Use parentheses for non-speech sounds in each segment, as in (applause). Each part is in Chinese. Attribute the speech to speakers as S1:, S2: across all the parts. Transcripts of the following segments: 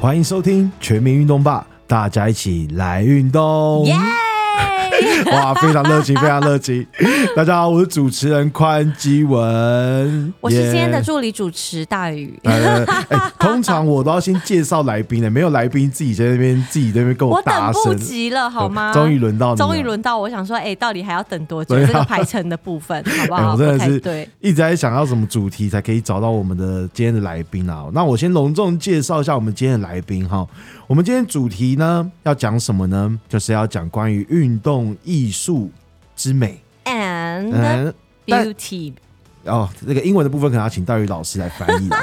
S1: 欢迎收听《全民运动吧》，大家一起来运动。
S2: 耶！
S1: (laughs) 哇，非常热情，非常热情！ (laughs) 大家好，我是主持人宽基文，
S2: 我是今天的
S1: Yeah
S2: 助理主持大宇。
S1: 呃，哎通常我都要先介绍来宾的，没有来宾自己在那边自己在那边跟
S2: 我
S1: 大
S2: 等
S1: 声
S2: 不，及了，好吗？
S1: 终于轮到你了
S2: 终于轮到我想说，哎、到底还要等多久？
S1: 对啊
S2: 这个排程的部
S1: (laughs)
S2: 分，好不
S1: 哎、
S2: 好？
S1: 我真的
S2: 不太
S1: 是
S2: 对，
S1: 一直在想要什么主题才可以找到我们的今天的来宾啊。那我先隆重介绍一下我们今天的来宾哈。我们今天主题呢要讲什么呢？就是要讲关于运动艺术之美。
S2: and
S1: 嗯，但
S2: beauty
S1: 哦，这个英文的部分可能要请大宇老师来翻译了。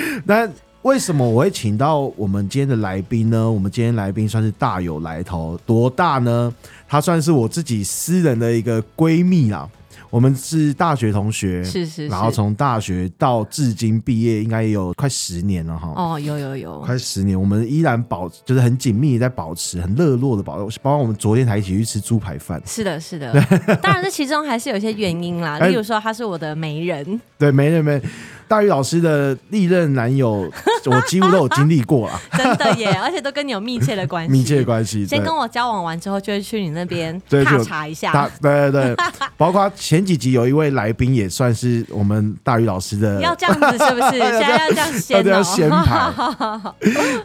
S2: (laughs)
S1: 那为什么我会请到我们今天的来宾呢？我们今天来宾算是大有来头，多大呢？她算是我自己私人的一个闺蜜啦。我们是大学同学，
S2: 是是是
S1: 然。后从大学到至今毕业，应该也有快十年了哈。
S2: 哦，有有有，
S1: 快十年，我们依然保就是很紧密地在保持，很热络的保，包括我们昨天才一起去吃猪排饭。
S2: 是的，是
S1: (laughs)
S2: 的。当然，这其中还是有一些原因啦，
S1: 哎
S2: 例如说他是我的媒人，
S1: (laughs) 对，没人没，大宇老师的历任男
S2: (laughs)
S1: 友，我几乎都有经历过啦，
S2: 真
S1: (laughs)
S2: 的耶，而且都跟你有密切的关系。
S1: 密切的关系。
S2: 先
S1: 对
S2: 跟我交往完之后，就会去你那边
S1: 对就
S2: 踏查一
S1: 大
S2: 下，
S1: 对
S2: (laughs)
S1: 对对，包括前几集有一位来宾也算是我们大宇老师的
S2: 要这样子是不
S1: (laughs)
S2: 是？现在要这样
S1: 大
S2: 先
S1: 家
S2: 哦、
S1: 要先排。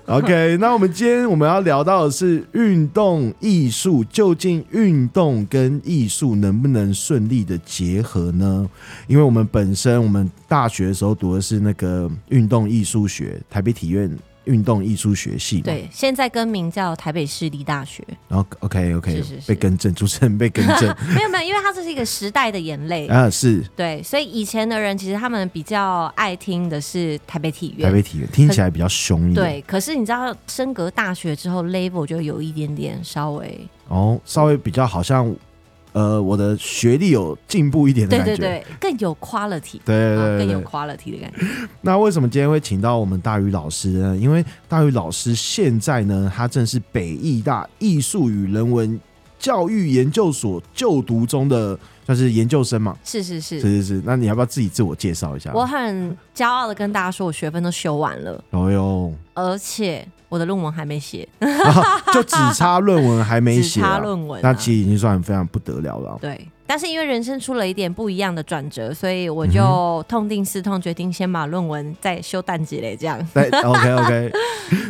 S1: OK，那我
S2: (laughs)
S1: 们今天我们要聊到的是运动艺术，究竟运动跟艺术能不能顺利的结合呢？因为我们本身我们大学的时候读的是那个运动艺术学，台北体院运动艺术学系嘛。
S2: 对，现在更名叫台北市立大学。 (laughs)
S1: 然后 OK OK，
S2: 是是是
S1: 被更正，主持人被更
S2: (laughs)
S1: 正
S2: 没有没有，因为它这是一个时代的眼泪。
S1: 啊，是
S2: 对，所以以前的人其实他们比较爱听的是台北体
S1: 台
S2: 院。
S1: 北体院，听起来比较凶一点。
S2: 对，可是你知道升格大学之后，level 就有一点点稍微，
S1: 哦，稍微比较好像，呃，我的学历有进步一点的
S2: 对
S1: 感觉。
S2: 对对，更有 quality，
S1: 对对
S2: 啊
S1: 对
S2: 更
S1: 对
S2: 有 quality 的
S1: (laughs)
S2: 感觉。
S1: 那为什么今天会请到我们大宇老师呢？因为大宇老师现在呢，他正是北艺大艺术与人文教育研究所就读中的，算是研究生嘛。
S2: 是是是，
S1: 是是是，那你要不要自己自我介绍一下？
S2: 我很骄傲的跟大家说，我学分都修完了，
S1: 哦哟，
S2: 而且我的论文还没写，
S1: 就只差论文还没
S2: (laughs) 只
S1: 写、
S2: 差
S1: 啊，
S2: 论文、啊。
S1: 那其实已经算非常不得了了啊。
S2: 对，但是因为人生出了一点不一样的转折，所以我
S1: 嗯
S2: 就痛定思痛，决定先把论文再修淡几嘞，这样。
S1: 对，OK OK，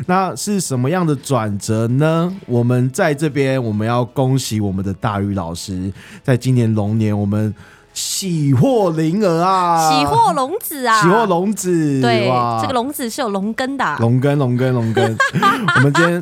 S1: 那是什么样的转折呢？我们在这边，我们要恭喜我们的大宇老师，在今年龙年，我们喜获麟儿啊，
S2: 喜获龙子啊！
S1: 喜获龙子，
S2: 对
S1: 哇，
S2: 这个龙子是有龙根的啊、
S1: 龙根龙根龙
S2: (laughs)
S1: 根，我们今天。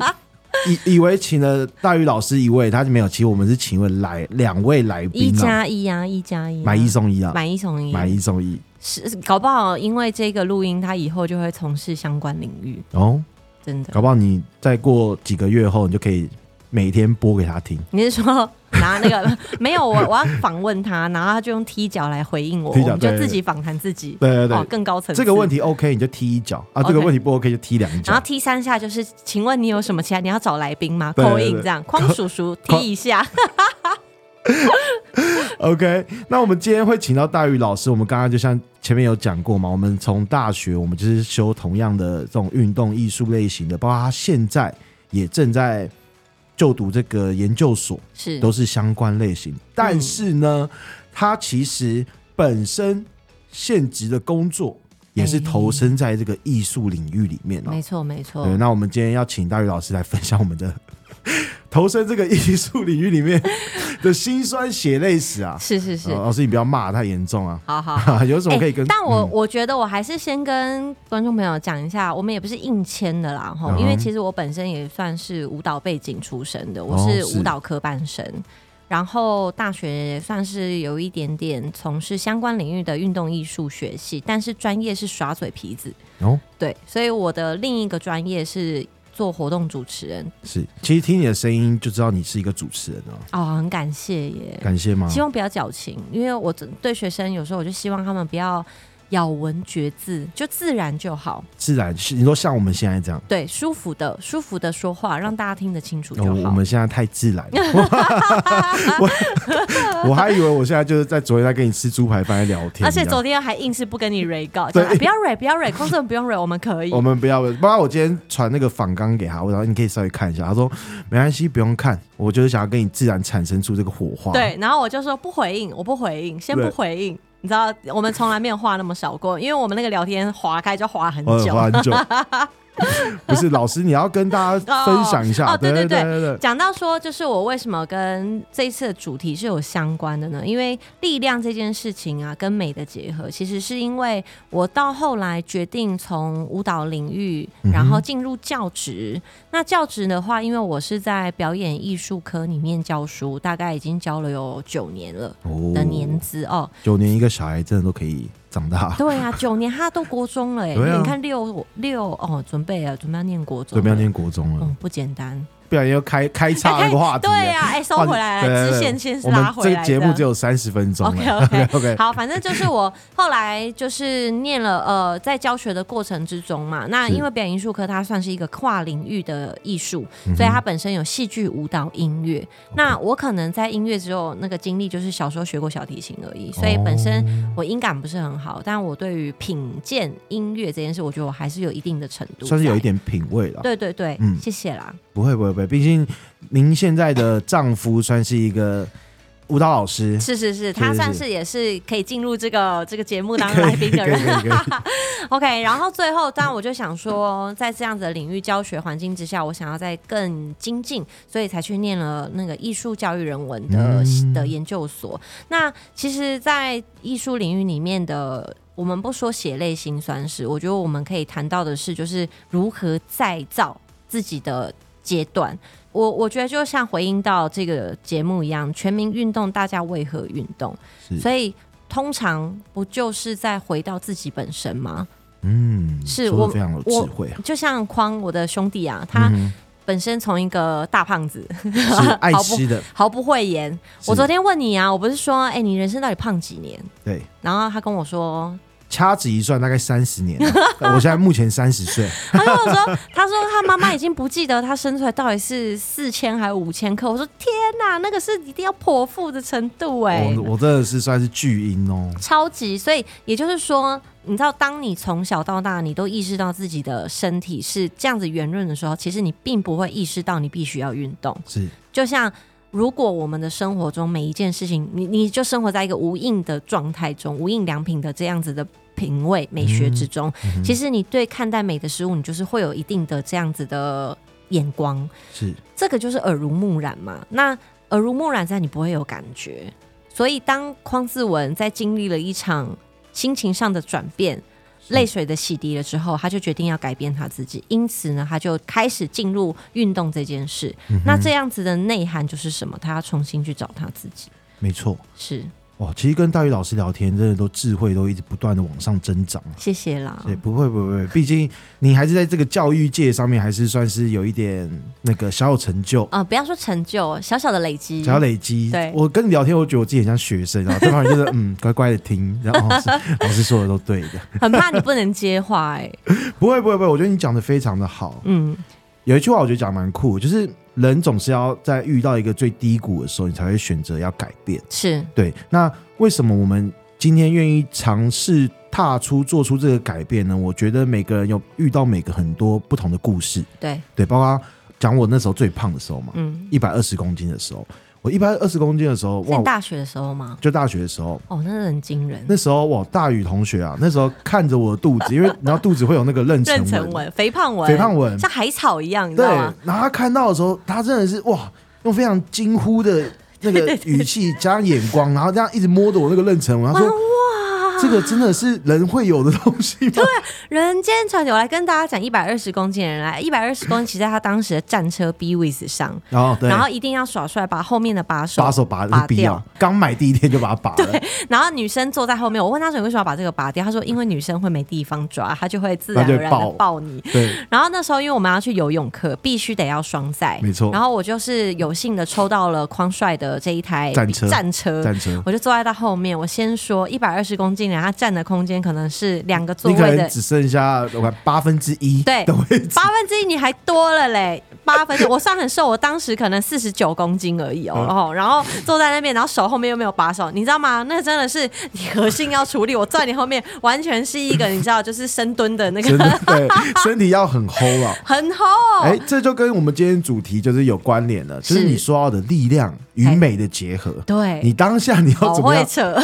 S1: 以以为请了大宇老师一位，他就没有。其实我们是请了来两位来
S2: 一
S1: 宾啊，
S2: 加一啊，一加一啊、
S1: 买一送一啊，
S2: 买一送一，
S1: 买一送一
S2: 是搞不好因为这个录音，他以后就会从事相关领域，
S1: 哦，
S2: 真的。
S1: 搞不好你再过几个月后，你就可以每天播给他听。
S2: 你是说拿那个 (laughs) 没有我我要访问他，然后他就用踢脚来回应我，
S1: 踢脚
S2: 我们就
S1: 对对
S2: 自己访谈自己，
S1: 对对对，
S2: 哦，更高层次
S1: 这个问题 OK，你就踢一脚啊；
S2: OK 啊
S1: 这个问题不 OK 就踢两
S2: 然后
S1: 脚。
S2: 踢三下就是，请问你有什么其他？你要找来宾吗？
S1: 对
S2: 扣
S1: 对
S2: 印
S1: 对
S2: 这样，
S1: (laughs)
S2: 匡叔叔踢一下，
S1: OK，那我们今天会请到大宇老师，我们刚刚就像前面有讲过嘛，我们从大学我们就是修同样的这种运动艺术类型的，包括他现在也正在就读这个研究所，
S2: 是嗯
S1: 都是相关类型。但是呢，他其实本身现职的工作也是投身在这个艺术领域里面啊、
S2: 没错没错
S1: 对，。那我们今天要请大宇老师来分享我们的 (laughs) 投身这个艺术领域里面的辛酸血泪史啊。
S2: 是是是
S1: 呃，老师，你不要骂太严重啊，
S2: 好好。
S1: (laughs)
S2: 哎
S1: 有什么可以跟？嗯
S2: 但我、我觉得我还是先跟观众朋友讲一下，我们也不是硬签的啦，吼、
S1: 嗯哼
S2: 因为其实我本身也算是舞蹈背景出身的，我
S1: 哦
S2: 是
S1: 是
S2: 舞蹈科班生，然后大学也算是有一点点从事相关领域的运动艺术学系，但是专业是耍嘴皮子，
S1: 嗯哦，
S2: 对，所以我的另一个专业是做活动主持人，
S1: 是，其实听你的声音就知道你是一个主持人了、
S2: 哦，很感谢耶，
S1: 感谢吗？
S2: 希望不要矫情，因为我对学生有时候我就希望他们不要咬文嚼字，就自然就好。
S1: 自然是你说像我们现在这样，
S2: 对，舒服的、舒服的说话，让大家听得清楚就
S1: 哦
S2: 好。
S1: 我们现在太自然了， (laughs) 我我 (laughs) 还以为我现在就是在昨天在跟你吃猪排饭在聊天，
S2: 而
S1: 这
S2: 且
S1: 样
S2: 昨天还硬是不跟你 re
S1: (laughs)
S2: 告，
S1: 对哦
S2: 讲啊不要 re，不要 re，工作人不用 re，我们可以。
S1: 我们不要，不然我今天传那个仿纲给他，我然后你可以稍微看一下。他说没关系，不用看，我就是想要跟你自然产生出这个火花。，
S2: 对，然后我就说不回应，我不回应，先
S1: 对
S2: 不回应。你知道，我们从来没有话那么少过，因为我们那个聊天划开就划很
S1: 我有
S2: 久。
S1: 哦花很
S2: (laughs)
S1: 久。不是老师，你要跟大家分享一下。
S2: 哦哦对
S1: 对对
S2: 对对
S1: 对，
S2: 讲到说，就是我为什么跟这一次的主题是有相关的呢？因为力量这件事情啊，跟美的结合，其实是因为我到后来决定从舞蹈领域，
S1: 嗯
S2: 然后进入教职。那教职的话，因为我是在表演艺术科里面教书，大概已经教了有九年了
S1: 哦
S2: 的年资哦。
S1: 九年一个小孩真的都可以长大，
S2: 对啊，九年他都国中了哎、
S1: 哦对啊
S2: 你看六六哦，准备啊，准备要念国中，
S1: 准备要，念国中了
S2: 嗯，，不简单。
S1: 不然又开开岔那个话题
S2: 对
S1: 了。
S2: 啊，哎、收回来
S1: 对对
S2: 了，
S1: 对
S2: 支线先
S1: 哦我
S2: 拉
S1: 们
S2: 回
S1: 这
S2: 来
S1: 个
S2: 的。
S1: 节目只有三十分钟
S2: OK
S1: 了。 (laughs)
S2: OK。
S1: OK，
S2: 好，反正就是我后来就是念了呃，在教学的过程之中嘛，那
S1: 是
S2: 因为表演艺术科它算是一个跨领域的艺术，
S1: 嗯
S2: 所以它本身有戏剧、舞蹈、音乐。那我可能在音乐只有那个经历，就是小时候学过小提琴而
S1: 哦
S2: 已，所以本身我音感不是很好，但我对于品鉴音乐这件事，我觉得我还是有一定的程度，
S1: 算是有一。点品味了。
S2: 对对对，
S1: 嗯
S2: 谢谢啦。
S1: 不会不会不会，毕竟您现在的丈夫算是一个舞蹈老师，
S2: 是是是，
S1: 是
S2: 他
S1: 是
S2: 算
S1: 是
S2: 是也是可以进入这个这个
S1: (laughs)
S2: 节目当
S1: 可以
S2: 来宾的人
S1: 可以可以可。
S2: (laughs) OK，然后最后，当然我就想说，在这样子的领域教学环境之下，我想要再更精进，所以才去念了那个艺术教育人文的、
S1: 嗯
S2: 的研究所。那其实，在艺术领域里面的。我们不说血泪辛酸史，我觉得我们可以谈到的是，就是如何再造自己的阶段。我我觉得就像回应到这个节目一样，全民运动，大家为何运动
S1: 是？
S2: 所以通常不就是在回到自己本身吗？
S1: 嗯，
S2: 是
S1: 说
S2: 我
S1: 的非常有智慧啊，
S2: 就像匡我的兄弟啊，他
S1: 嗯
S2: 本身从一个大胖子， (laughs)
S1: 哼是爱
S2: 毫不
S1: 吃的，
S2: 毫不讳言。我
S1: 是
S2: 昨天问你啊，我不是说，哎、你人生到底胖几年？
S1: 对。
S2: 然后他跟我说，
S1: 掐指一算，大概三十
S2: (laughs)
S1: 年了。我现在目前三十岁，
S2: 他跟我
S1: (laughs)
S2: 说，他说他妈妈已经不记得他生出来到底是四千还是五千克。我说天哪，那个是一定要剖腹的程度哎、
S1: 我我真的是算是巨婴哦。
S2: 超级，所以也就是说，你知道，当你从小到大，你都意识到自己的身体是这样子圆润的时候，其实你并不会意识到你必须要运动。
S1: 是
S2: 就像如果我们的生活中每一件事情，你你就生活在一个无印的状态中，无印良品的这样子的品味美学之中，其实你对看待美的事物，你就是会有一定的这样子的眼光，
S1: 是，
S2: 这个就是耳濡目染嘛。那耳濡目染在你不会有感觉，所以当匡志文在经历了一场心情上的转变。泪水的洗涤了之后，他就决定要改变他自己，因此呢，他就开始进入运动这件事。那这样子的内涵就是什么？他要重新去找他自己。
S1: 没错。
S2: 是，
S1: 哇，其实跟大宇老师聊天，真的都智慧都一直不断的往上增长。
S2: 谢谢啦。
S1: 对，不会不会，不会毕竟你还是在这个教育界上面，还是算是有一点那个小有成就。
S2: 啊、不要说成就，小小的累积。
S1: 只要累积
S2: 对，
S1: 我跟你聊天，我觉得我自己很像学生，然后对方就是嗯，乖乖的听，然后老师老师说的都对的，
S2: (laughs) 很怕你不能接话、哎，
S1: 不会不会不会，我觉得你讲的非常的好，
S2: 嗯，
S1: 有一句话我觉得讲得蛮酷，就是人总是要在遇到一个最低谷的时候，你才会选择要改变。
S2: 是，
S1: 对，那为什么我们今天愿意尝试踏出做出这个改变呢？我觉得每个人有遇到每个很多不同的故事，
S2: 对，
S1: 对，包括讲我那时候最胖的时候嘛，
S2: 嗯，
S1: 一百二十公斤的时候，我一百二十公斤的时候，
S2: 是
S1: 哇
S2: 你，大学的时候吗？
S1: 就大学的时候。
S2: 哦，那是很惊人。
S1: 那时候哇，大宇同学啊，那时候看着我的肚子，因为然后肚子会有那个妊
S2: 妊
S1: 娠
S2: 娠
S1: 纹，
S2: 纹、肥胖纹、
S1: 肥胖纹
S2: 像海草一样，你知
S1: 对
S2: 道吗？，
S1: 然后他看到的时候，他真的是哇，用非常惊呼的那
S2: (laughs)
S1: 个语气加上眼光，然后这样一直摸着我那个妊娠纹，他说：“哇，这个真的是人会有的东西吗？”
S2: 人间传奇，我来跟大家讲，一百二十公斤的人来，一百二十公斤骑在他当时的战车 B w i s 上，
S1: 然后对，
S2: 然后一定要耍帅，把后面的把手
S1: 把手拔
S2: 拔
S1: 是必要
S2: 掉，
S1: 刚买第一天就把它拔了，
S2: 然后女生坐在后面，我问她说你为什么要把这个拔掉？她说因为女生会没地方抓，她就会自然而
S1: 她就
S2: 然的
S1: 会抱
S2: 抱你。
S1: 对，
S2: 然后那时候因为我们要去游泳课，必须得要双赛，
S1: 没错
S2: 然后我就是有幸的抽到了匡帅的这一台
S1: 战车
S2: 战车。
S1: 战车
S2: 呃我就坐在他后面，我先说一百二十公斤进来，他占的空间可能是两个座
S1: 你可
S2: 位的
S1: 能只剩下我看八分之一
S2: 对
S1: 的位
S2: (laughs)
S1: 置。
S2: 八分之一你还多了嘞，八分之一我算很瘦，我当时可能四十九公斤而已哦，
S1: 嗯
S2: 然后然后坐在那边，然后手后面又没有把手，你知道吗？那真的是你核心要处理，我坐在你后面完全是一个你知道就是深蹲的那
S1: 真
S2: 个
S1: 的对，身体要很 hold
S2: (laughs)
S1: 了。
S2: 很厚，
S1: 哎、这就跟我们今天主题就是有关联了，就是
S2: 哦是
S1: 你说到的力量与
S2: 哎
S1: 美的结合。你
S2: 对，哦
S1: 当下你要
S2: 好
S1: 怎么
S2: 会
S1: 样？
S2: 扯，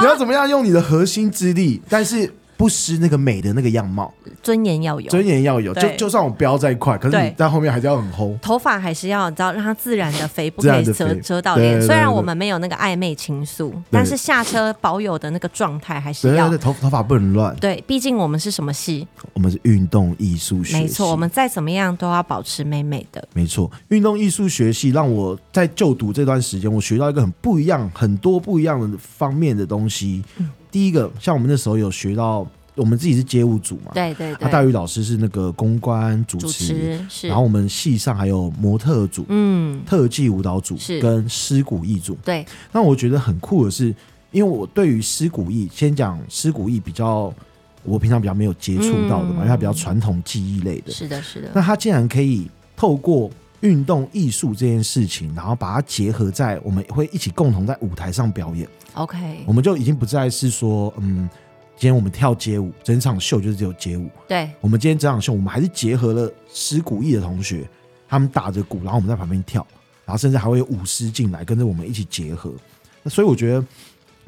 S1: 你要怎么样用你的核心之力，但是不失那个美的那个样貌，
S2: 尊严要有。
S1: 尊严要有。就
S2: 对
S1: 就算我飙再快，可是你
S2: 对
S1: 在后面还是要很 hold。
S2: 头发还是要你知道，让它自然的肥，不
S1: 自
S2: 可
S1: 然
S2: 以
S1: 地
S2: 遮
S1: 飞
S2: 遮到
S1: 对
S2: 脸。
S1: 对
S2: 虽然
S1: 对
S2: 我
S1: 对
S2: 们没有那个暧昧情愫，但是下车保有的那个状态还
S1: 对
S2: 是
S1: 对
S2: 要
S1: 对，头头发不能乱。
S2: 对，毕竟我们是什么系？
S1: 我们是运动艺术学系，
S2: 没错，我们再怎么样都要保持美美的。
S1: 没错，运动艺术学系让我在就读这段时间，我学到一个很不一样、很多不一样的方面的东西。
S2: 嗯
S1: 第一个，像我们那时候有学到，我们自己是街舞组嘛，
S2: 对对
S1: 啊，
S2: 对，
S1: 大宇老师是那个公关主
S2: 主
S1: 持，
S2: 持是
S1: 然，后我们系上还有模特组、
S2: 嗯，
S1: 特技舞蹈组
S2: 是
S1: 跟诗鼓艺组。
S2: 对，
S1: 那我觉得很酷的是，因为我对于诗鼓艺，先讲诗鼓艺比较，我平常比较没有接触到的嘛，因
S2: 嗯
S1: 为它比较传统技艺类的。
S2: 是的，是
S1: 那
S2: 的，
S1: 他竟然可以透过运动艺术这件事情，然后把它结合在我们会一起共同在舞台上表演，
S2: ，OK，
S1: 我们就已经不再是说，嗯，今天我们跳街舞，整场秀就是只有街舞。
S2: 对，
S1: 我们今天整场秀，我们还是结合了师古艺的同学，他们打着鼓，然后我们在旁边跳，然后甚至还会有舞狮进来跟着我们一起结合。那所以我觉得，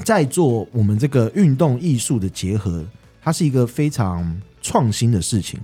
S1: 在做我们这个运动艺术的结合，它是一个非常创新的事情。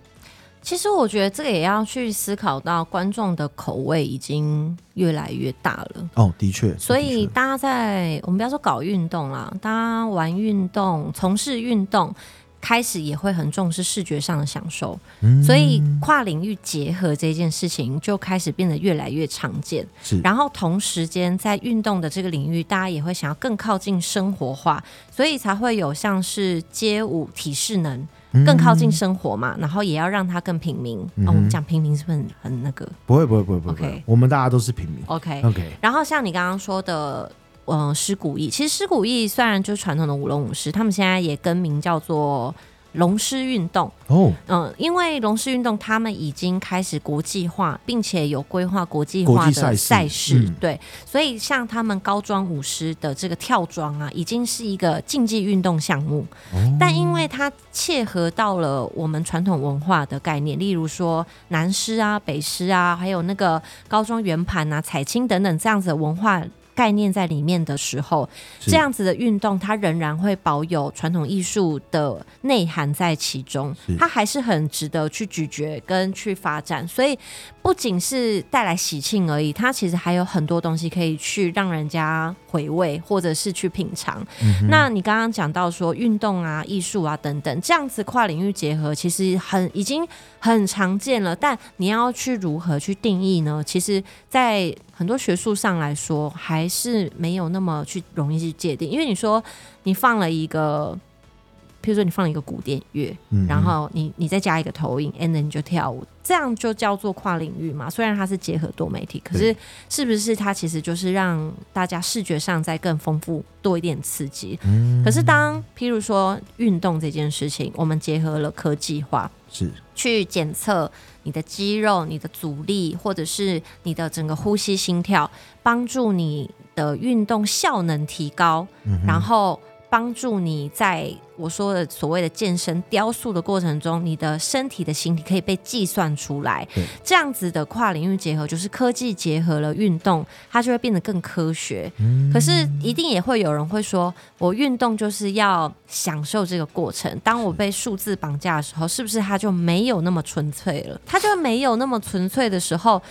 S2: 其实我觉得这个也要去思考到观众的口味已经越来越大了。
S1: 哦，的确，
S2: 所
S1: 的
S2: 以
S1: 确
S2: 大家在我们不要说搞运动啦，大家玩运动、从事运动，开始也会很重视视觉上的享受，
S1: 嗯
S2: 所以跨领域结合这件事情就开始变得越来越常见。
S1: 是
S2: 然后同时间在运动的这个领域，大家也会想要更靠近生活化，所以才会有像是街舞体适能更靠近生活嘛，然后也要让它更平民。
S1: 嗯
S2: 哦，我们讲平民是不是很很那个
S1: 不会不会不会不会
S2: OK
S1: 我们大家都是平民。
S2: ？OK，
S1: OK，
S2: 然后像你刚刚说的，嗯、呃，尸骨艺，其实尸骨艺虽然就是传统的舞龙舞狮，他们现在也更名叫做龙狮运动。
S1: 哦，
S2: 嗯、因为龙狮运动他们已经开始国际化，并且有规划国际
S1: 国
S2: 化
S1: 际赛
S2: 的
S1: 事
S2: 赛事，
S1: 嗯
S2: 对，所以像他们高装舞狮的这个跳装啊，已经是一个竞技运动项目。
S1: 哦
S2: 但因为它切合到了我们传统文化的概念，例如说南狮啊、北狮啊，还有那个高庄圆盘啊、彩青等等这样子的文化。概念在里面的时候，
S1: 是
S2: 这样子的运动，它仍然会保有传统艺术的内涵在其中
S1: 是，
S2: 它还是很值得去咀嚼跟去发展。所以，不仅是带来喜庆而已，它其实还有很多东西可以去让人家回味，或者是去品尝。
S1: 嗯
S2: 那你刚刚讲到说运动啊、艺术啊等等，这样子跨领域结合，其实很已经很常见了。但你要去如何去定义呢？其实，在很多学术上来说，还是没有那么去容易去界定，因为你说你放了一个。譬如说，你放了一个古典乐，
S1: 嗯
S2: 然后你你再加一个投影，and then 你就跳舞，这样就叫做跨领域嘛。虽然它是结合多媒体，可是是不是它其实就是让大家视觉上再更丰富多一点刺激？可是当譬如说运动这件事情，我们结合了科技化，
S1: 是
S2: 去检测你的肌肉、你的阻力，或者是你的整个呼吸、心跳，帮助你的运动效能提高，然后帮助你在我说的所谓的健身雕塑的过程中，你的身体的形体可以被计算出来
S1: 对。
S2: 这样子的跨领域结合，就是科技结合了运动，它就会变得更科学。可是一定也会有人会说，我运动就是要享受这个过程。当我被数字绑架的时候，是不是它就没有那么纯粹了？它就没有那么纯粹的时候，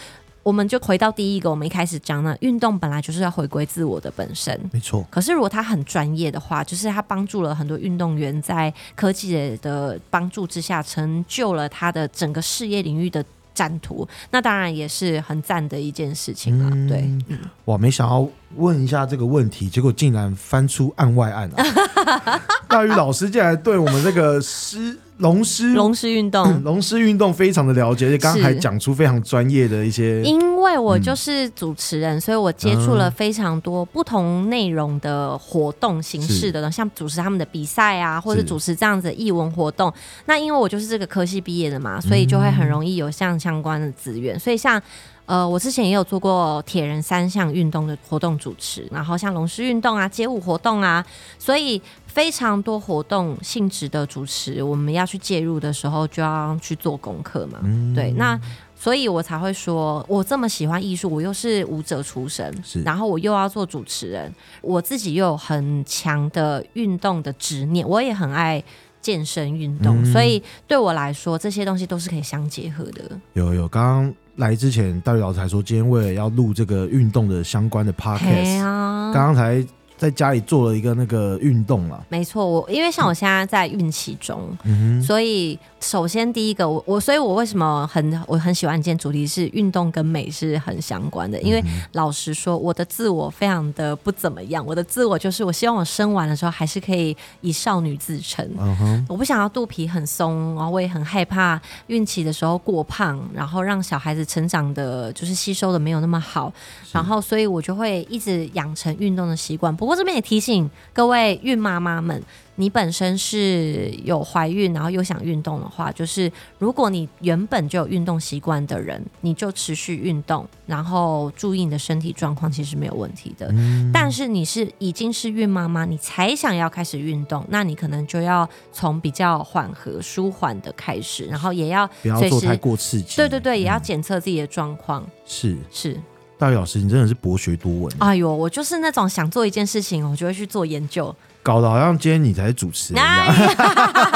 S2: 我们就回到第一个我们一开始讲的，运动本来就是要回归自我的本身。
S1: 没错，
S2: 可是如果它很专业的话，就是它帮助了很多运动员在科技的呃帮助之下，成就了他的整个事业领域的展图。那当然也是很赞的一件事情啊。
S1: 嗯
S2: 对，
S1: 哇，没想到问一下这个问题，结果竟然翻出案外案啊！
S2: (laughs)
S1: 大宇老师竟然对我们这个师龙师嗯
S2: 龙式运动。
S1: 龙狮运动非常的了解，而且刚刚还讲出非常专业的一些。
S2: 因为我就是主持人，所以我接触了非常多不同内容的活动形式的，像主持他们的比赛啊，或者
S1: 是
S2: 主持这样子的艺文活动。那因为我就是这个科系毕业的嘛，所以就会很容易有像相关的资源。所以像呃，我之前也有做过铁人三项运动的活动主持，然后像龙狮运动啊、街舞活动啊，所以非常多活动性质的主持，我们要去介入的时候就要去做功课嘛。
S1: 嗯
S2: 对，那所以我才会说，我这么喜欢艺术，我又是舞者出身
S1: 是，
S2: 然后我又要做主持人，我自己又有很强的运动的执念，我也很爱。健身运动，所以对我来说，这些东西都是可以相结合的。
S1: 有有，刚刚来之前，大宇老师还说，今天为了要录这个运动的相关的 podcast，、
S2: 啊，
S1: 刚刚才在家里做了一个那个运动啊啦。
S2: 没错，我因为像我现在在孕期中，
S1: 嗯
S2: 所以首先第一个，我我所以，我为什么很我很喜欢今天主题是运动跟美是很相关的，因为老实说，我的自我非常的不怎么样，我的自我就是我希望我生完的时候还是可以以少女自称。
S1: 哼，嗯哼，
S2: 我不想要肚皮很松，然后我也很害怕孕期的时候过胖，然后让小孩子成长的，就是吸收的没有那么好，然后所以我就会一直养成运动的习惯。不过这边也提醒各位孕妈妈们，你本身是有怀孕，然后又想运动的话，就是如果你原本就有运动习惯的人，你就持续运动，然后注意你的身体状况，其实没有问题的。
S1: 嗯
S2: 但是你是已经是孕妈妈，你才想要开始运动，那你可能就要从比较缓和、舒缓的开始，然后也要
S1: 不要
S2: 随
S1: 做
S2: 时
S1: 太过刺激。
S2: 对对对，也要检测自己的状况。
S1: 是
S2: 是，
S1: 大宇老师，你真的是博学多闻，
S2: 哎呦，我就是那种想做一件事情，我就会去做研究。
S1: 搞得好像今天你才是主持人一样。
S2: 哎呀，
S1: (laughs)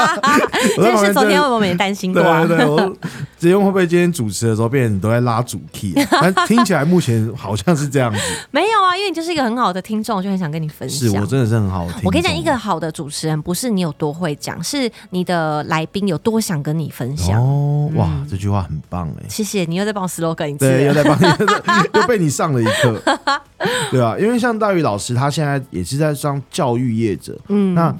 S1: 我在旁边真的
S2: 这是昨天我们也担心过
S1: 对
S2: 啊
S1: 对。对，我子用会不会今天主持的时候变成你都在拉主 key？啊但听起来目前好像是这样子，
S2: 没有啊，因为你就是一个很好的听众，我就很想跟你分
S1: 是
S2: 享
S1: 我。真的是很好听。
S2: 我跟你讲，一个好的主持人不是你有多会讲，是你的来宾有多想跟你分享。
S1: 哦，哇，
S2: 嗯
S1: 这句话很棒
S2: (laughs)
S1: 哎。
S2: 谢谢你又在帮我 slogan 一次
S1: 对，又
S2: 了，
S1: 在帮你，又
S2: (laughs)
S1: 在又被你上了一课，对啊，因为像大宇老师，他现在也是在当教育业者，
S2: 嗯
S1: 那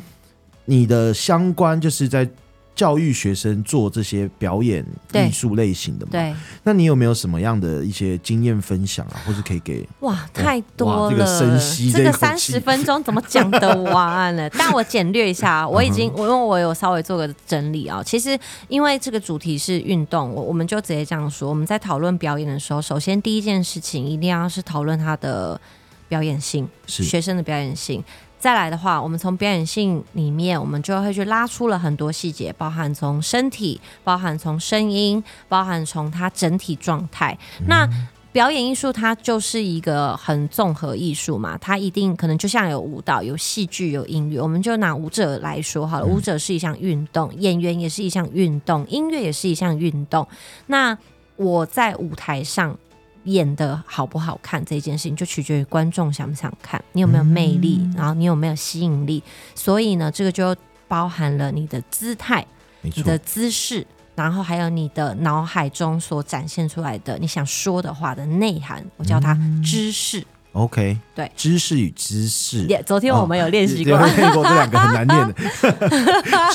S1: 你的相关就是在教育学生做这些表演
S2: 对
S1: 艺术类型的嘛。，
S2: 对，
S1: 那你有没有什么样的一些经验分享啊，或是可以给？
S2: 哇，太多
S1: 哇这个
S2: 了，
S1: 深吸
S2: 这
S1: 这
S2: 个
S1: 一口
S2: 三
S1: 气
S2: 十分钟怎么讲得完 (laughs) 呢？但我简略一下，我已
S1: 嗯
S2: 经，我因为我有稍微做个整理啊、其实因为这个主题是运动，我我们就直接这样说。我们在讨论表演的时候，首先第一件事情一定要是讨论它的表演性，
S1: 是
S2: 学生的表演性。再来的话，我们从表演性里面，我们就会去拉出了很多细节，包含从身体，包含从声音，包含从它整体状态。那表演艺术它就是一个很综合艺术嘛，它一定可能就像有舞蹈、有戏剧、有音乐。我们就拿舞者来说好了，舞者是一项运动，演员也是一项运动，音乐也是一项运动。那我在舞台上演的好不好看这件事情，就取决于观众想不想看，你有没有魅力，然后你有没有吸引力。所以呢，这个就包含了你的姿态、
S1: 没错
S2: 你的，姿势，然后还有你的脑海中所展现出来的你想说的话的内涵，我叫它知识。
S1: OK，
S2: 对
S1: 知识与知识。
S2: 也、昨天我们有练习过。
S1: 哦有练过这两个很难念的
S2: (laughs)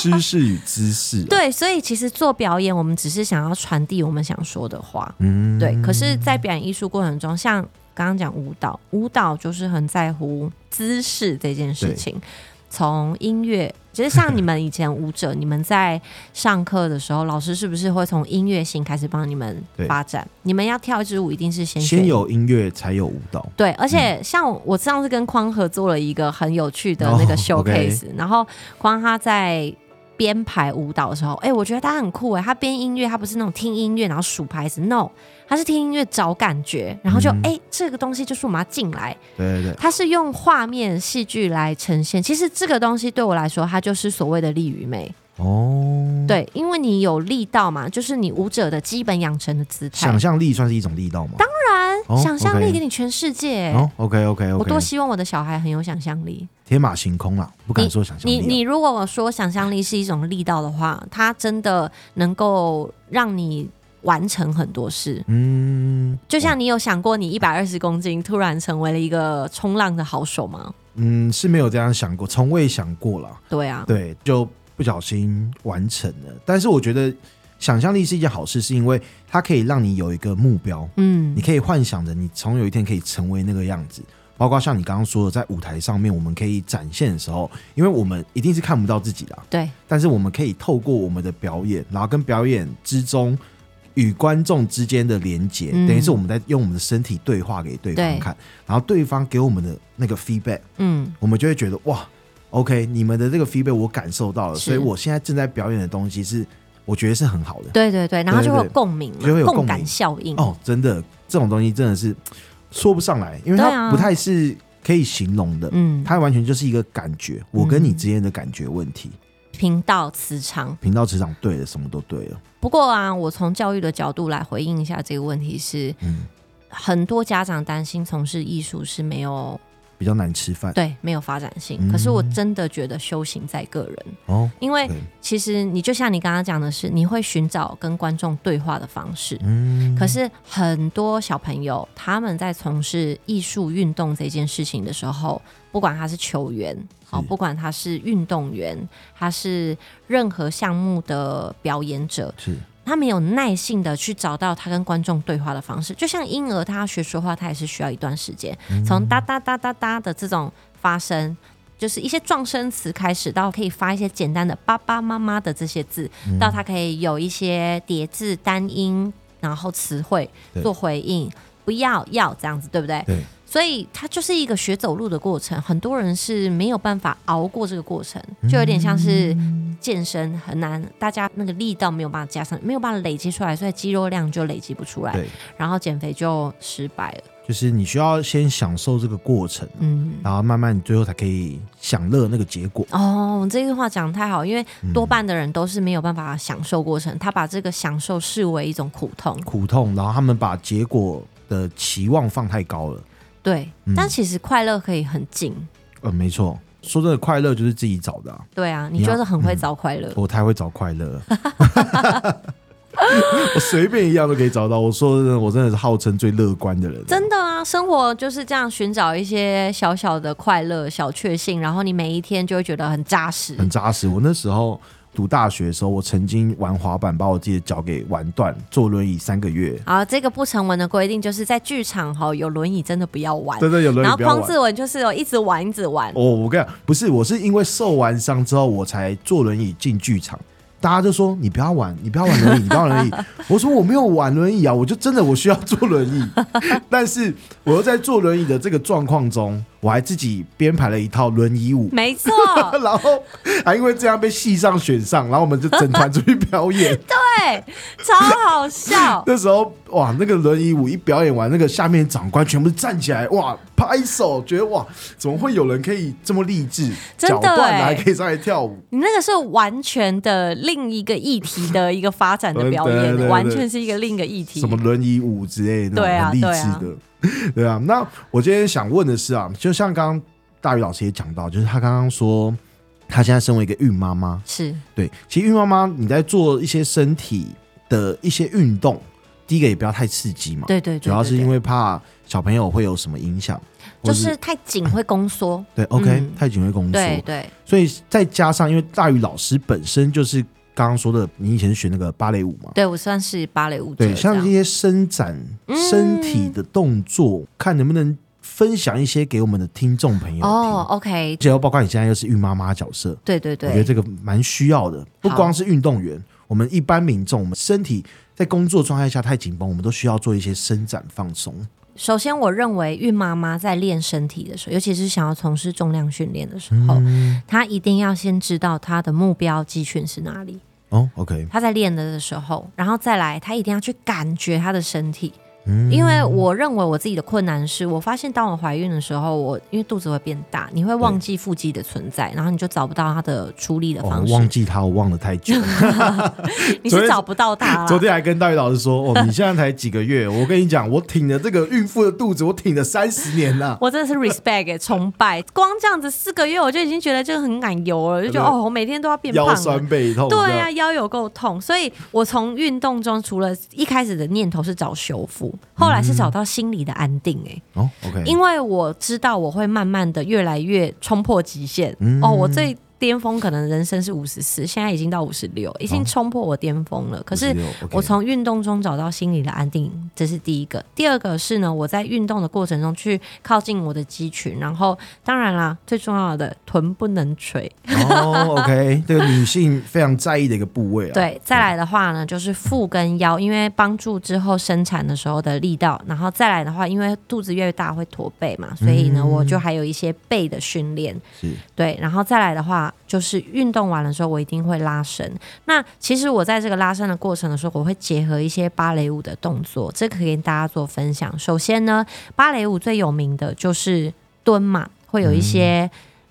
S1: (laughs) 知识与知识，，
S2: 对，所以其实做表演，我们只是想要传递我们想说的话。
S1: 嗯
S2: 对，可是，在表演艺术过程中，像刚刚讲舞蹈，舞蹈就是很在乎姿势这件事情。从音乐，其实像你们以前
S1: (laughs)
S2: 舞者，你们在上课的时候，老师是不是会从音乐性开始帮你们
S1: 对
S2: 发展？你们要跳一支舞，一定是先学
S1: 先有音乐才有舞蹈，
S2: 对，而且像我上次跟匡合做了一个很有趣的那个
S1: 嗯哦
S2: showcase，、然后匡他在编排舞蹈的时候，哎、我觉得他很酷哎、他编音乐，他不是那种听音乐然后数拍子，no，他是听音乐找感觉，然后就哎、
S1: 嗯
S2: 诶这个东西就是我们要进来，
S1: 对对对，
S2: 他是用画面戏剧来呈现。其实这个东西对我来说，它就是所谓的力与美，
S1: 哦，，
S2: 对，因为你有力道嘛，就是你舞者的基本养成的姿态，
S1: 想象力算是一种力道吗？当
S2: 当然想象力给
S1: 你，
S2: 你全世界、诶
S1: 哦，OK OK
S2: 我多
S1: OK，
S2: 希望我的小孩很有想象力。
S1: 天马行空啦，不敢说想象力啊
S2: 你
S1: 啦，
S2: 你如果我说想象力是一种力道的话，它真的能够让你完成很多事。
S1: 嗯，
S2: 就像你有想过，你一百二十公斤突然成为了一个冲浪的好手吗？
S1: 嗯，是没有这样想过，从未想过啦。
S2: 对啊，
S1: 对，就不小心完成了。但是我觉得想象力是一件好事，是因为它可以让你有一个目标，
S2: 嗯
S1: 你，可以幻想着你总有一天可以成为那个样子。包括像你刚刚说的，在舞台上面我们可以展现的时候，因为我们一定是看不到自己的啊，
S2: 对，
S1: 但是我们可以透过我们的表演，然后跟表演之中与观众之间的连接，
S2: 嗯
S1: 等于是我们在用我们的身体对话给对方
S2: 对
S1: 看，然后对方给我们的那个 feedback，
S2: 嗯，
S1: 我们就会觉得哇，OK，你们的这个 feedback 我感受到了，
S2: 是
S1: 所以我现在正在表演的东西是我觉得是很好的。
S2: 对对对，然后
S1: 对
S2: 就
S1: 对
S2: 会有
S1: 对
S2: 共鸣嘛，
S1: 就会有共
S2: 共
S1: 鸣
S2: 感效应。
S1: 哦，真的，这种东西真的是说不上来，因为
S2: 对
S1: 它
S2: 啊
S1: 不太是可以形容的，
S2: 嗯，
S1: 它完全就是一个感觉，我跟你之间的感觉问题。
S2: 嗯频道磁场。
S1: 频道磁场对了，什么都对了，
S2: 不过啊，我从教育的角度来回应一下这个问题是，
S1: 嗯
S2: 很多家长担心从事艺术是没有
S1: 比较难吃饭
S2: 对没有发展性
S1: 嗯，
S2: 可是我真的觉得修行在个人，
S1: 哦。
S2: 因为
S1: 对
S2: 其实你就像你刚刚讲的是，你会寻找跟观众对话的方式。
S1: 嗯，
S2: 可是很多小朋友他们在从事艺术运动这件事情的时候，不管他是球员，好，
S1: 是
S2: 不管他是运动员，他是任何项目的表演者，
S1: 是
S2: 他没有耐性的去找到他跟观众对话的方式。就像婴儿，他要学说话，他也是需要一段时间，从哒哒哒哒哒的这种发声。就是一些撞声词开始，到可以发一些简单的“爸爸妈妈”的这些字，到他可以有一些叠字、单音，然后词汇
S1: 对
S2: 做回应，不要要这样子，对不对？
S1: 对，
S2: 所以它就是一个学走路的过程，很多人是没有办法熬过这个过程，就有点像是
S1: 嗯
S2: 健身很难，大家那个力道没有办法加上，没有办法累积出来，所以肌肉量就累积不出来
S1: 对，
S2: 然后减肥就失败了。
S1: 就是你需要先享受这个过程，
S2: 嗯，
S1: 然后慢慢你最后才可以享乐那个结果。
S2: 哦，这句话讲得太好，因为多半的人都是没有办法享受过程，他把这个享受视为一种苦痛。
S1: 苦痛，然后他们把结果的期望放太高了。
S2: 对，
S1: 嗯
S2: 但其实快乐可以很近。
S1: 呃，没错，说真的，快乐就是自己找的啊、
S2: 对啊，
S1: 你
S2: 你
S1: 要
S2: 就是很会找快乐。
S1: 我太会找快
S2: (laughs)
S1: 乐 (laughs) 了，我随便一样都可以找到。我说真的，我真的是号称最乐观的人，
S2: 真的啊，生活就是这样，寻找一些小小的快乐、小确幸，然后你每一天就会觉得很扎实。
S1: 很扎实。我那时候读大学的时候，我曾经玩滑板，把我自己的脚给玩断，坐轮椅三个月。
S2: 好，这个不成文的规定就是在剧场哈、有轮椅真的不要玩，
S1: 真的有轮椅
S2: 然后
S1: 不要
S2: 匡
S1: 玩。
S2: 志文就是有一直玩一直玩，
S1: 哦，我跟你讲，不是，我是因为受完伤之后，我才坐轮椅进剧场。大家就说你不要玩，你不要玩轮椅，你不要玩轮椅。 (laughs) 我说我没有玩轮椅啊，我就真的我需要坐轮椅。 (laughs) 但是我又在坐轮椅的这个状况中，我还自己编排了一套轮椅舞， (laughs)
S2: 没错，
S1: 然后还因为这样被戏上选上，然后我们就整团出去表演。
S2: 对，超
S1: (laughs)
S2: 好笑。 (laughs)
S1: 那时候哇，那个轮椅舞一表演完，那个下面长官全部站起来，哇，拍手，觉得哇，怎么会有人可以这么励志？
S2: 真的
S1: 脚断了
S2: 欸
S1: 还可以上来跳舞，
S2: 你那个是完全的另一个议题的一个发展的表
S1: (laughs) 对对
S2: 演，
S1: 对
S2: 完全是一个另一个议题。
S1: 什么轮椅舞之类的，
S2: 对啊
S1: 很励志的， (laughs) 对啊。那我今天想问的是啊，就像刚刚大宇老师也讲到，就是他刚刚说。他现在身为一个孕妈妈，
S2: 是
S1: 对，其实孕妈妈你在做一些身体的一些运动，第一个也不要太刺激嘛，
S2: 对对对对，
S1: 主要是
S2: 对
S1: 因为怕小朋友会有什么影响，或
S2: 就是太紧会宫缩。
S1: 对，OK，、
S2: 嗯
S1: 太紧会宫缩，
S2: 对对，
S1: 所以再加上，因为大宇老师本身就是刚刚说的，你以前是学那个芭蕾舞嘛，
S2: 对我算是芭蕾舞者
S1: 对，像
S2: 这
S1: 这
S2: 样
S1: 些伸展
S2: 嗯
S1: 身体的动作，看能不能分享一些给我们的听众朋友
S2: 哦
S1: 听。
S2: ，OK，
S1: 而且又包括你现在又是孕妈妈角色，
S2: 对对
S1: 我觉得
S2: 对，
S1: 这个蛮需要的。不光是运动员，我们一般民众，我们身体在工作状态下太紧绷，我们都需要做一些伸展放松。
S2: 首先我认为孕妈妈在练身体的时候，尤其是想要从事重量训练的时候，
S1: 嗯
S2: 她一定要先知道她的目标肌群是哪里。
S1: 哦，OK，
S2: 她在练的时候，然后再来，她一定要去感觉她的身体。
S1: 嗯
S2: 因为我认为我自己的困难是，我发现当我怀孕的时候，我因为肚子会变大，你会忘记腹肌的存在，然后你就找不到它的出力的
S1: 哦
S2: 方
S1: 我
S2: 式，
S1: 忘记他，我忘了太久。
S2: 你
S1: 昨
S2: 是
S1: 天
S2: 找不到它啦。
S1: 昨天还跟大宇老师说，哦，你现在才几个月，我跟你讲，我挺着这个孕妇的肚子，我挺了三十年
S2: (laughs)
S1: 了。
S2: 我真的是 respect 欸崇拜，
S1: (laughs)
S2: 光这样子四个月我就已经觉得这个很奶油了，就觉得
S1: 对
S2: 哦，我每天都要变
S1: 腰
S2: 胖了
S1: 酸。背痛，
S2: 对啊
S1: 这
S2: 呀、
S1: 样
S2: 腰有够痛，所以我从运动中除了一开始的念头是找修复，苦，后来是找到心理的安定、哎、
S1: 哦，OK，
S2: 因为我知道我会慢慢的越来越冲破极限。
S1: 嗯
S2: 哦，我最巅峰可能人生是五十四，现在已经到五十六，已
S1: 哦
S2: 经冲破我巅峰了。可是
S1: 56，OK
S2: 我从运动中找到心理的安定，这是第一个。第二个是呢，我在运动的过程中去靠近我的肌群，然后当然啦，最重要的臀不能垂。
S1: 哦，OK，这个
S2: (laughs)
S1: 女性非常在意的一个部位啊。，
S2: 对，再来的话呢，就是腹跟腰，因为帮助之后生产的时候的力道。然后再来的话，因为肚子越大会驼背嘛，所以呢，我就还有一些背的训练。
S1: 是
S2: 对，然后再来的话，就是运动完了之后，我一定会拉伸。那其实我在这个拉伸的过程的时候，我会结合一些芭蕾舞的动作，这可以跟大家做分享。首先呢，芭蕾舞最有名的就是蹲嘛，会有一些、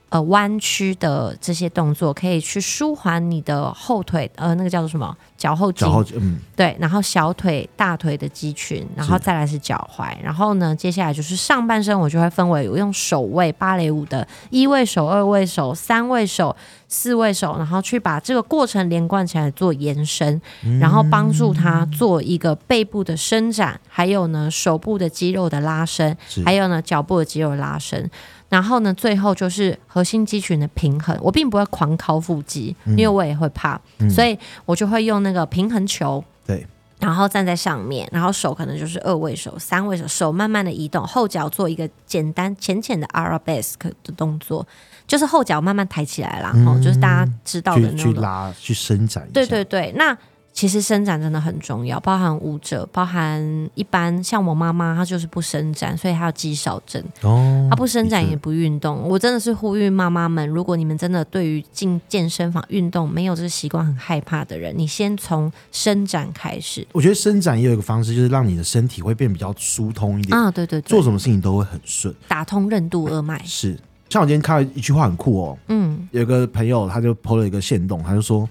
S2: 呃弯曲的这些动作，可以去舒缓你的后腿，呃，那个叫做什么脚后
S1: 脚
S2: 筋，
S1: 后嗯，
S2: 对，然后小腿、大腿的肌群，然后再来是脚踝，然后呢，接下来就是上半身，我就会分为我用手位芭蕾舞的一位手、二位手、三位手、四位手，然后去把这个过程连贯起来做延伸，然后帮助他做一个背部的伸展，还有呢手部的肌肉的拉伸
S1: 是，
S2: 还有呢脚部的肌肉拉伸。然后呢，最后就是核心肌群的平衡。我并不会狂敲腹肌，因为我也会怕，所以我就会用那个平衡球，
S1: 对，
S2: 然后站在上面，然后手可能就是二位手、三位手，手慢慢的移动，后脚做一个简单浅浅的 arabesque 的动作，就是后脚慢慢抬起来啦，哦，就是大家知道的
S1: 去
S2: 那
S1: 去
S2: 种。
S1: 拉去伸展一下。
S2: 对对对，那其实伸展真的很重要，包含舞者，包含一般像我妈妈，她就是不伸展，所以她有肌少症。
S1: 哦，
S2: 他不伸展
S1: 的确
S2: 也不运动，我真的是呼吁妈妈们，如果你们真的对于进健身房运动没有这个习惯很害怕的人，你先从伸展开始
S1: 我觉得伸展也有一个方式，就是让你的身体会变比较疏通一点，
S2: 啊，对对
S1: 做
S2: 对，
S1: 什么事情都会很顺。
S2: 打通任督二脉，
S1: 是，像我今天看到一句话很酷哦，
S2: 嗯，
S1: 有个朋友他就 PO 了一个线动，他就说，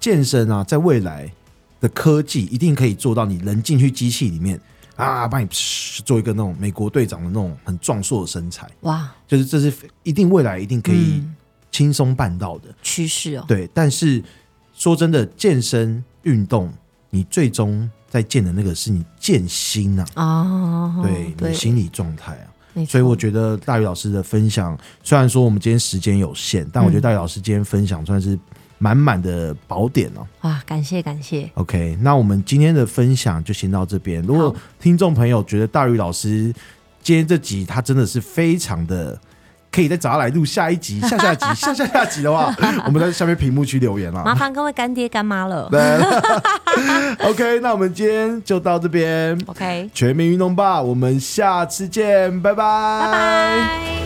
S1: 健身啊，在未来的科技一定可以做到，你人进去机器里面啊，帮你噗做一个那种美国队长的那种很壮硕的身材，
S2: 哇，
S1: 就是这是一定未来一定可以
S2: 嗯
S1: 轻松办到的。
S2: 趋势哦，
S1: 对，但是说真的，健身运动，你最终在健的那个是你健心啊，
S2: 哦，
S1: 对，你心理状态啊。
S2: 没
S1: 所以我
S2: 错
S1: 觉得大宇老师的分享，虽然说我们今天时间有限，但我觉得
S2: 嗯
S1: 大宇老师今天分享算是满满的宝典哦、
S2: 哇，感谢感谢，
S1: OK，那我们今天的分享就先到这边。如果
S2: 好
S1: 听众朋友觉得大宇老师今天这集他真的是非常的。可以再找他来录下一集、下下集、下下下集的
S2: (laughs)
S1: 话，我们在下面屏幕区留言啊啦。
S2: 麻烦各位干爹干妈了
S1: 对 OK，那我们今天就到这边，
S2: ，OK，
S1: 全民运动吧，我们下次见，拜拜，拜
S2: 拜。拜。